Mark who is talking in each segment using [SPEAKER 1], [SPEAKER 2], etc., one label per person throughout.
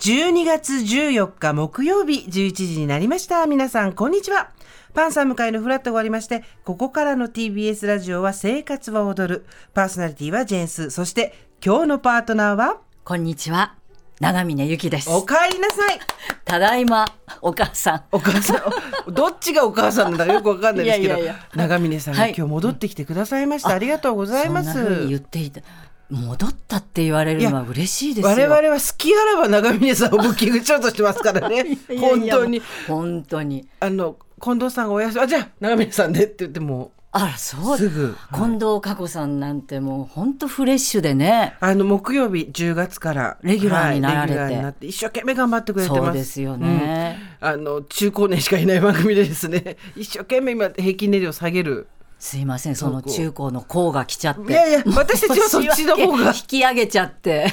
[SPEAKER 1] 12月14日木曜日11時になりました。皆さん、こんにちは。パンサー向かいのフラットがありまして、ここからの TBS ラジオは生活は踊る。パーソナリティはジェーンスー。そして、今日のパートナーは、
[SPEAKER 2] こんにちは。長峰ゆきです。
[SPEAKER 1] おかえりなさい。
[SPEAKER 2] ただいま、お母さん。
[SPEAKER 1] お母さん、 おどっちがお母さんなのかよくわかんないですけど、
[SPEAKER 2] いやいやいや
[SPEAKER 1] 長峰さんが
[SPEAKER 2] はい
[SPEAKER 1] 今日戻ってきてくださいました。ありがとうござい
[SPEAKER 2] そんな
[SPEAKER 1] ます。
[SPEAKER 2] 風に言っていた。戻ったって言われるのはい嬉しいですよ。
[SPEAKER 1] 我々は好きあらば長峰さんをブッキングしようとしてますからね
[SPEAKER 2] いやいや
[SPEAKER 1] 本当に。
[SPEAKER 2] 本当に。
[SPEAKER 1] あの近藤さんがお休みあじゃあ長峰さんでって言っても
[SPEAKER 2] あら、そう
[SPEAKER 1] すぐはい
[SPEAKER 2] 近藤佳子さんなんてもう本当フレッシュでね。
[SPEAKER 1] あの木曜日10月から
[SPEAKER 2] レギュラーになられて
[SPEAKER 1] はいレギュラーになって一生懸命頑張ってくれてます
[SPEAKER 2] そうですよね
[SPEAKER 1] うんあの中高年しかいない番組でですね 一生懸命今平均年齢を下げ る
[SPEAKER 2] すいません、その
[SPEAKER 1] そうこう
[SPEAKER 2] 中高の高が来ちゃって。
[SPEAKER 1] いやいや私たちはそっちの方が
[SPEAKER 2] 申し訳引き上げちゃって。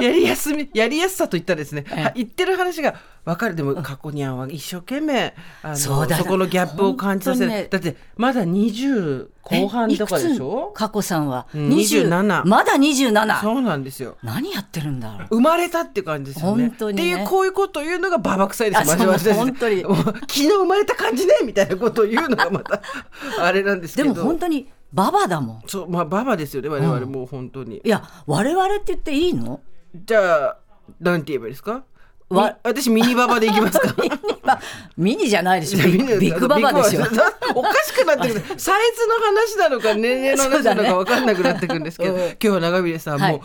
[SPEAKER 1] やりやすみやりやすさといったらですね、
[SPEAKER 2] ええ
[SPEAKER 1] は言ってる話が分かるでも過去にゃんは一生懸命あの
[SPEAKER 2] そうだ
[SPEAKER 1] このギャップを感じさせる、
[SPEAKER 2] 本当に
[SPEAKER 1] だ
[SPEAKER 2] ね
[SPEAKER 1] ってまだ20後半とかでし
[SPEAKER 2] えいく
[SPEAKER 1] ょ
[SPEAKER 2] つ佳子さんは
[SPEAKER 1] うん27
[SPEAKER 2] まだ27。
[SPEAKER 1] そうなんですよ
[SPEAKER 2] 何やってるんだろう。
[SPEAKER 1] 生まれたって感じですよね。
[SPEAKER 2] 本当にね
[SPEAKER 1] っていうこういうことを言うのがババ臭いです
[SPEAKER 2] あそう
[SPEAKER 1] マジマジ
[SPEAKER 2] 本当に
[SPEAKER 1] もう昨日生まれた感じねみたいなことを言うのがま たあれなんですけ
[SPEAKER 2] で
[SPEAKER 1] ど
[SPEAKER 2] も本当にババだもん。
[SPEAKER 1] そうまあババですよね我々もう本当に、
[SPEAKER 2] いや、我々って言ってい いの
[SPEAKER 1] じゃあなんて言えばいいですかみ
[SPEAKER 2] わ
[SPEAKER 1] 私ミニババでいきますか
[SPEAKER 2] ミニバ、ミニじゃないでしょ。
[SPEAKER 1] いや
[SPEAKER 2] ビ
[SPEAKER 1] みんな
[SPEAKER 2] ッビッグババですよ
[SPEAKER 1] ビッ。グババ おかしくなってくる。サイズの話なのか年齢の話なのか
[SPEAKER 2] そ
[SPEAKER 1] 分かんなくなってくるんですけど、
[SPEAKER 2] うん
[SPEAKER 1] 今日は長峰さん
[SPEAKER 2] は
[SPEAKER 1] も
[SPEAKER 2] いう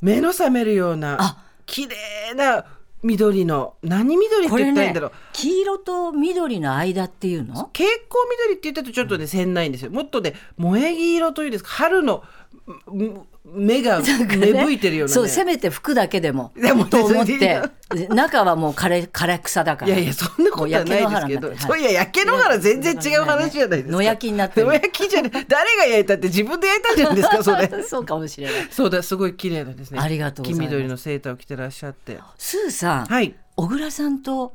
[SPEAKER 1] 目の覚めるような
[SPEAKER 2] あ
[SPEAKER 1] 綺麗な緑の何緑って
[SPEAKER 2] こ
[SPEAKER 1] 言
[SPEAKER 2] れ
[SPEAKER 1] ったらいいん
[SPEAKER 2] ね
[SPEAKER 1] だろう。、
[SPEAKER 2] 黄色と緑の間っていうの
[SPEAKER 1] 蛍光緑って言ったとちょっとねせんないんですよ。もっとね萌え黄色というんですか春のむ目が
[SPEAKER 2] なんかね
[SPEAKER 1] 芽吹いてるような
[SPEAKER 2] そう、せ
[SPEAKER 1] ね。
[SPEAKER 2] めて服だけでも
[SPEAKER 1] でもね、
[SPEAKER 2] と思っ
[SPEAKER 1] それでいい
[SPEAKER 2] て
[SPEAKER 1] な、
[SPEAKER 2] 中はもう枯れ、枯れ草だか
[SPEAKER 1] い
[SPEAKER 2] ら。
[SPEAKER 1] やいやそんなことはないですけ
[SPEAKER 2] もう焼け野原になって
[SPEAKER 1] ど、
[SPEAKER 2] はい
[SPEAKER 1] そういや焼け野原全然違う話じゃないですか。
[SPEAKER 2] 野焼きになってる
[SPEAKER 1] 野焼きじゃない。誰が焼いたって自分で焼いたんじゃないです かそれ。
[SPEAKER 2] そうかもしれない。
[SPEAKER 1] そうだすごい綺麗なんですね。
[SPEAKER 2] ありがとうございます
[SPEAKER 1] 黄緑のセーターを着てらっしゃって。
[SPEAKER 2] スーさん、
[SPEAKER 1] はい。
[SPEAKER 2] 小倉さんと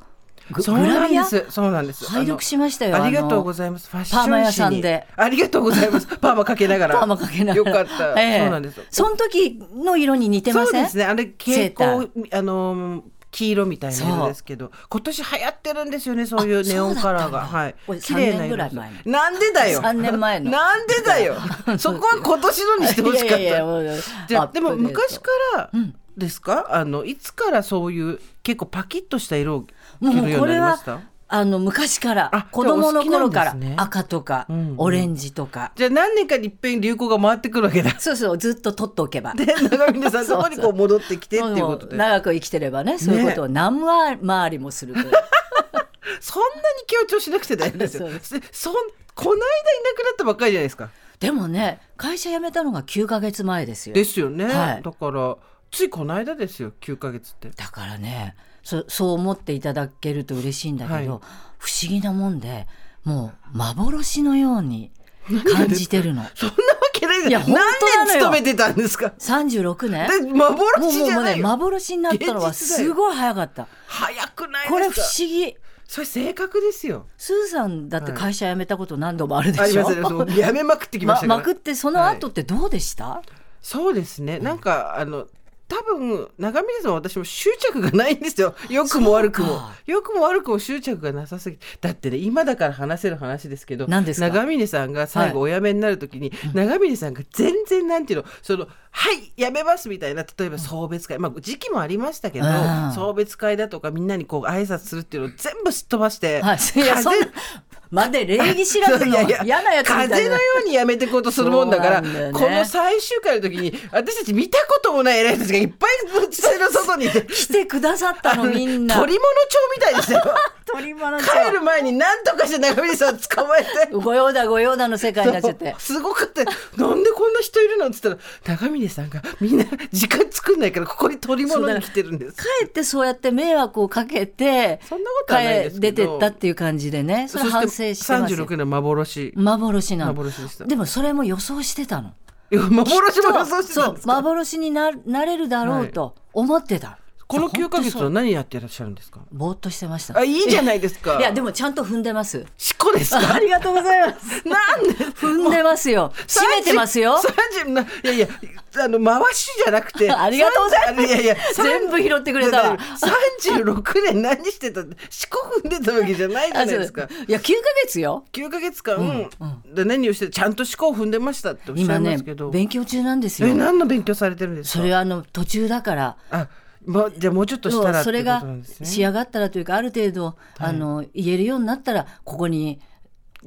[SPEAKER 2] グ
[SPEAKER 1] そう
[SPEAKER 2] グ
[SPEAKER 1] な
[SPEAKER 2] ラ
[SPEAKER 1] ん
[SPEAKER 2] ビ
[SPEAKER 1] で
[SPEAKER 2] ア
[SPEAKER 1] す。そうなんです。
[SPEAKER 2] 拝読しましたよ
[SPEAKER 1] あのありがとう
[SPEAKER 2] あ
[SPEAKER 1] ご
[SPEAKER 2] の
[SPEAKER 1] ざいます。ファッシ
[SPEAKER 2] パーマ
[SPEAKER 1] ョン
[SPEAKER 2] 屋
[SPEAKER 1] 誌
[SPEAKER 2] さ
[SPEAKER 1] に
[SPEAKER 2] んで
[SPEAKER 1] ありがとうございます。パーマかけながら。
[SPEAKER 2] パーマかけな
[SPEAKER 1] よ
[SPEAKER 2] がら。
[SPEAKER 1] かった。
[SPEAKER 2] ええ
[SPEAKER 1] そうなんです。
[SPEAKER 2] その時の色に似てま
[SPEAKER 1] そう
[SPEAKER 2] せん
[SPEAKER 1] ですね。あれ蛍光あの黄色みたいな色ですけど、今年流行ってるんですよね。そういうネオンカラーが
[SPEAKER 2] あそうだったんだ
[SPEAKER 1] はい
[SPEAKER 2] これ。
[SPEAKER 1] 綺麗な色で
[SPEAKER 2] 三年
[SPEAKER 1] す
[SPEAKER 2] ぐらい前。
[SPEAKER 1] なんでだよ。
[SPEAKER 2] 三年前の
[SPEAKER 1] なんで だよ。そこは今年のにしてほしかっ
[SPEAKER 2] いやいやいや
[SPEAKER 1] た。
[SPEAKER 2] もう
[SPEAKER 1] じゃ
[SPEAKER 2] ア
[SPEAKER 1] あ
[SPEAKER 2] ップ
[SPEAKER 1] で
[SPEAKER 2] デー
[SPEAKER 1] も
[SPEAKER 2] ト
[SPEAKER 1] 昔から
[SPEAKER 2] ん
[SPEAKER 1] ですか、あのいつからそういう結構パキッとした色を
[SPEAKER 2] も
[SPEAKER 1] 着る
[SPEAKER 2] う
[SPEAKER 1] よう
[SPEAKER 2] こ
[SPEAKER 1] にな
[SPEAKER 2] れ
[SPEAKER 1] りま
[SPEAKER 2] は
[SPEAKER 1] した
[SPEAKER 2] あの昔か
[SPEAKER 1] あ
[SPEAKER 2] ら子供の
[SPEAKER 1] じゃあお
[SPEAKER 2] 頃か
[SPEAKER 1] 好きな
[SPEAKER 2] ら
[SPEAKER 1] んですね
[SPEAKER 2] 赤とか
[SPEAKER 1] んうん
[SPEAKER 2] オレンジとか、
[SPEAKER 1] じゃあ何年かにいっぺん流行が回ってくるわけだ
[SPEAKER 2] そうそうずっと取っておけば
[SPEAKER 1] で長峰さんそこにこう戻ってきてっていう
[SPEAKER 2] も
[SPEAKER 1] こ
[SPEAKER 2] う
[SPEAKER 1] とで
[SPEAKER 2] 長く生きてればねそういうことを何回りもするという
[SPEAKER 1] そんなに強調しなくて大丈夫ですよ
[SPEAKER 2] そうで
[SPEAKER 1] そそんこないだいなくなったばっかりじゃないですか
[SPEAKER 2] でもね会社辞めたのが9ヶ月前ですよ
[SPEAKER 1] ですよね、
[SPEAKER 2] はい
[SPEAKER 1] だからついこないだですよ9ヶ月って
[SPEAKER 2] だからねそそう思っていただけると嬉しいんだけど、
[SPEAKER 1] はい
[SPEAKER 2] 不思議なもんでもう幻のように感じてるの
[SPEAKER 1] そんなわけないじゃん
[SPEAKER 2] いや本当
[SPEAKER 1] 何
[SPEAKER 2] なの
[SPEAKER 1] 年
[SPEAKER 2] よ
[SPEAKER 1] 勤めてたんですか
[SPEAKER 2] 36年
[SPEAKER 1] で
[SPEAKER 2] もう
[SPEAKER 1] 幻
[SPEAKER 2] もう
[SPEAKER 1] じ
[SPEAKER 2] も
[SPEAKER 1] ゃな
[SPEAKER 2] うね
[SPEAKER 1] いよ、
[SPEAKER 2] 幻になったのは
[SPEAKER 1] 現実だよ
[SPEAKER 2] すごい早かった
[SPEAKER 1] 早くないですか
[SPEAKER 2] これ不思議
[SPEAKER 1] それ性格ですよ
[SPEAKER 2] スーさんだって会社辞めたこと何度もあるで
[SPEAKER 1] あり
[SPEAKER 2] しょ、
[SPEAKER 1] ますね。 もうやめまくってきま
[SPEAKER 2] ま
[SPEAKER 1] したから。
[SPEAKER 2] まくってその後ってどうでした、
[SPEAKER 1] そうですね。なんか、あの、多分、長峰さんは私も執着がないんですよ。良くも悪く
[SPEAKER 2] そう
[SPEAKER 1] も
[SPEAKER 2] か。
[SPEAKER 1] 良くも悪くも執着がなさすぎて。だってね、今だから話せる話ですけど、
[SPEAKER 2] 何ですか
[SPEAKER 1] 長峰さんが最後お辞めになるときに、長峰さんが全然なんていうの、その、はい、辞めますみたいな、例えば送別会、まあ時期もありましたけど
[SPEAKER 2] うん、
[SPEAKER 1] 送別会だとかみんなにこう挨拶するっていうのを全部すっ飛ばして、
[SPEAKER 2] はい、いやそんなまで礼儀知らずの
[SPEAKER 1] いやい
[SPEAKER 2] 嫌なやつみたいな
[SPEAKER 1] 風のようにやめてこうとするもんだから
[SPEAKER 2] そうなんだよね
[SPEAKER 1] この最終回の時に私たち見たこともない偉い人たちがいっぱい地裁の外にいて
[SPEAKER 2] 来てくださったのみんな
[SPEAKER 1] 鳥物帳みたいで したよ
[SPEAKER 2] 鳥物
[SPEAKER 1] 帰る前に何とかして長峰さん捕まえて。
[SPEAKER 2] ご用だご用だの世界になっちゃ って
[SPEAKER 1] すごくってなんでこんな人いるのっつったら長峰さんがみんな時間作んないからここに取り物に来てるんです
[SPEAKER 2] かえってそうやって迷惑をかけて
[SPEAKER 1] そんなことはないですけど
[SPEAKER 2] 帰出てったっていう感じでねそれ反省してますよ
[SPEAKER 1] 36年の幻
[SPEAKER 2] 幻なの
[SPEAKER 1] 幻でした
[SPEAKER 2] でもそれも予想してたの
[SPEAKER 1] いや幻も予想してたん
[SPEAKER 2] そ
[SPEAKER 1] で
[SPEAKER 2] う
[SPEAKER 1] すか
[SPEAKER 2] 幻にななれるだろうと思ってた、
[SPEAKER 1] この9ヶ月
[SPEAKER 2] そう
[SPEAKER 1] は
[SPEAKER 2] 本
[SPEAKER 1] 何やってらっしゃるんですか
[SPEAKER 2] 当そうぼーっとしてました
[SPEAKER 1] あいいじゃないですか
[SPEAKER 2] いやでもちゃんと踏ん でます
[SPEAKER 1] しっこですか
[SPEAKER 2] ありがとうございます
[SPEAKER 1] なんで
[SPEAKER 2] 踏んでますよ締めてますよ
[SPEAKER 1] 三十な、いやいや、あの回しじゃなくて
[SPEAKER 2] ありがとうござい
[SPEAKER 1] 30あの
[SPEAKER 2] ます
[SPEAKER 1] いやいや
[SPEAKER 2] 全部拾ってくれたわ。
[SPEAKER 1] 36年何してたって四股踏んでたわけじゃないじゃないですか
[SPEAKER 2] あそういや、9ヶ月よ。
[SPEAKER 1] 9ヶ月間、で何をしてちゃんと四股を踏んでましたっておっしゃ
[SPEAKER 2] 今
[SPEAKER 1] いま
[SPEAKER 2] ね
[SPEAKER 1] すけど、、
[SPEAKER 2] 勉強中なんです
[SPEAKER 1] え
[SPEAKER 2] よ。
[SPEAKER 1] 何の勉強されてるんですか
[SPEAKER 2] それはあの、途中だから、
[SPEAKER 1] あ、ま、じゃあもうちょっとしたら
[SPEAKER 2] そう
[SPEAKER 1] ってい
[SPEAKER 2] それ
[SPEAKER 1] うこ
[SPEAKER 2] が
[SPEAKER 1] となんですね
[SPEAKER 2] 仕上がったらというか、ある程度、あの、言えるようになったら、ここに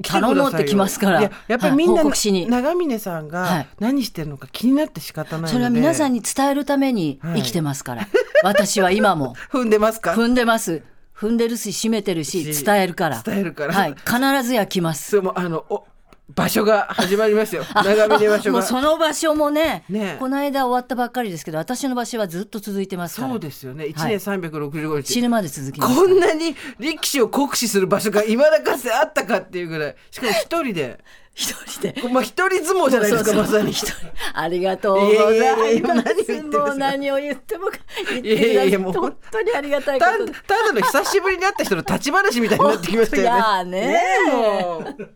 [SPEAKER 1] 来てくださいよ
[SPEAKER 2] 頼もうってきますから。
[SPEAKER 1] いややっぱりみん
[SPEAKER 2] はい
[SPEAKER 1] な、
[SPEAKER 2] 報告しに。
[SPEAKER 1] 長峰さん
[SPEAKER 2] は
[SPEAKER 1] が
[SPEAKER 2] い
[SPEAKER 1] 何してるのか気になって仕方ないので
[SPEAKER 2] それは皆さん
[SPEAKER 1] に
[SPEAKER 2] に伝えるために生きてますから。私は今も。
[SPEAKER 1] 踏んでますか
[SPEAKER 2] 踏んでます。踏んでるし、締めてるし、
[SPEAKER 1] し
[SPEAKER 2] 伝えるから。
[SPEAKER 1] 伝えるから
[SPEAKER 2] はい。必ずやきます。
[SPEAKER 1] そうもうあのお場所が始まります よ 長峰場所
[SPEAKER 2] も
[SPEAKER 1] が
[SPEAKER 2] うその場所もね
[SPEAKER 1] ねえ
[SPEAKER 2] この間終わったばっかりですけど私の場所はずっと続いてますから
[SPEAKER 1] そうですよね1年365日、
[SPEAKER 2] 死ぬまで続きます
[SPEAKER 1] こんなに力士を酷使する場所がいまだかつてあったかっていうぐらいしかも一人で
[SPEAKER 2] 一人で
[SPEAKER 1] まあ一人相撲じゃないですか
[SPEAKER 2] そう
[SPEAKER 1] ま
[SPEAKER 2] そう
[SPEAKER 1] さに
[SPEAKER 2] 一人 ありがとうございます
[SPEAKER 1] いやいやいや何言ってるんですか
[SPEAKER 2] もう何を言っても言ってください
[SPEAKER 1] いやいやもう
[SPEAKER 2] 本当にありがたいこ
[SPEAKER 1] た
[SPEAKER 2] とで
[SPEAKER 1] ただの久しぶりに会った人の立ち話みたいになってきましたよね。
[SPEAKER 2] いやーね
[SPEAKER 1] ねえもう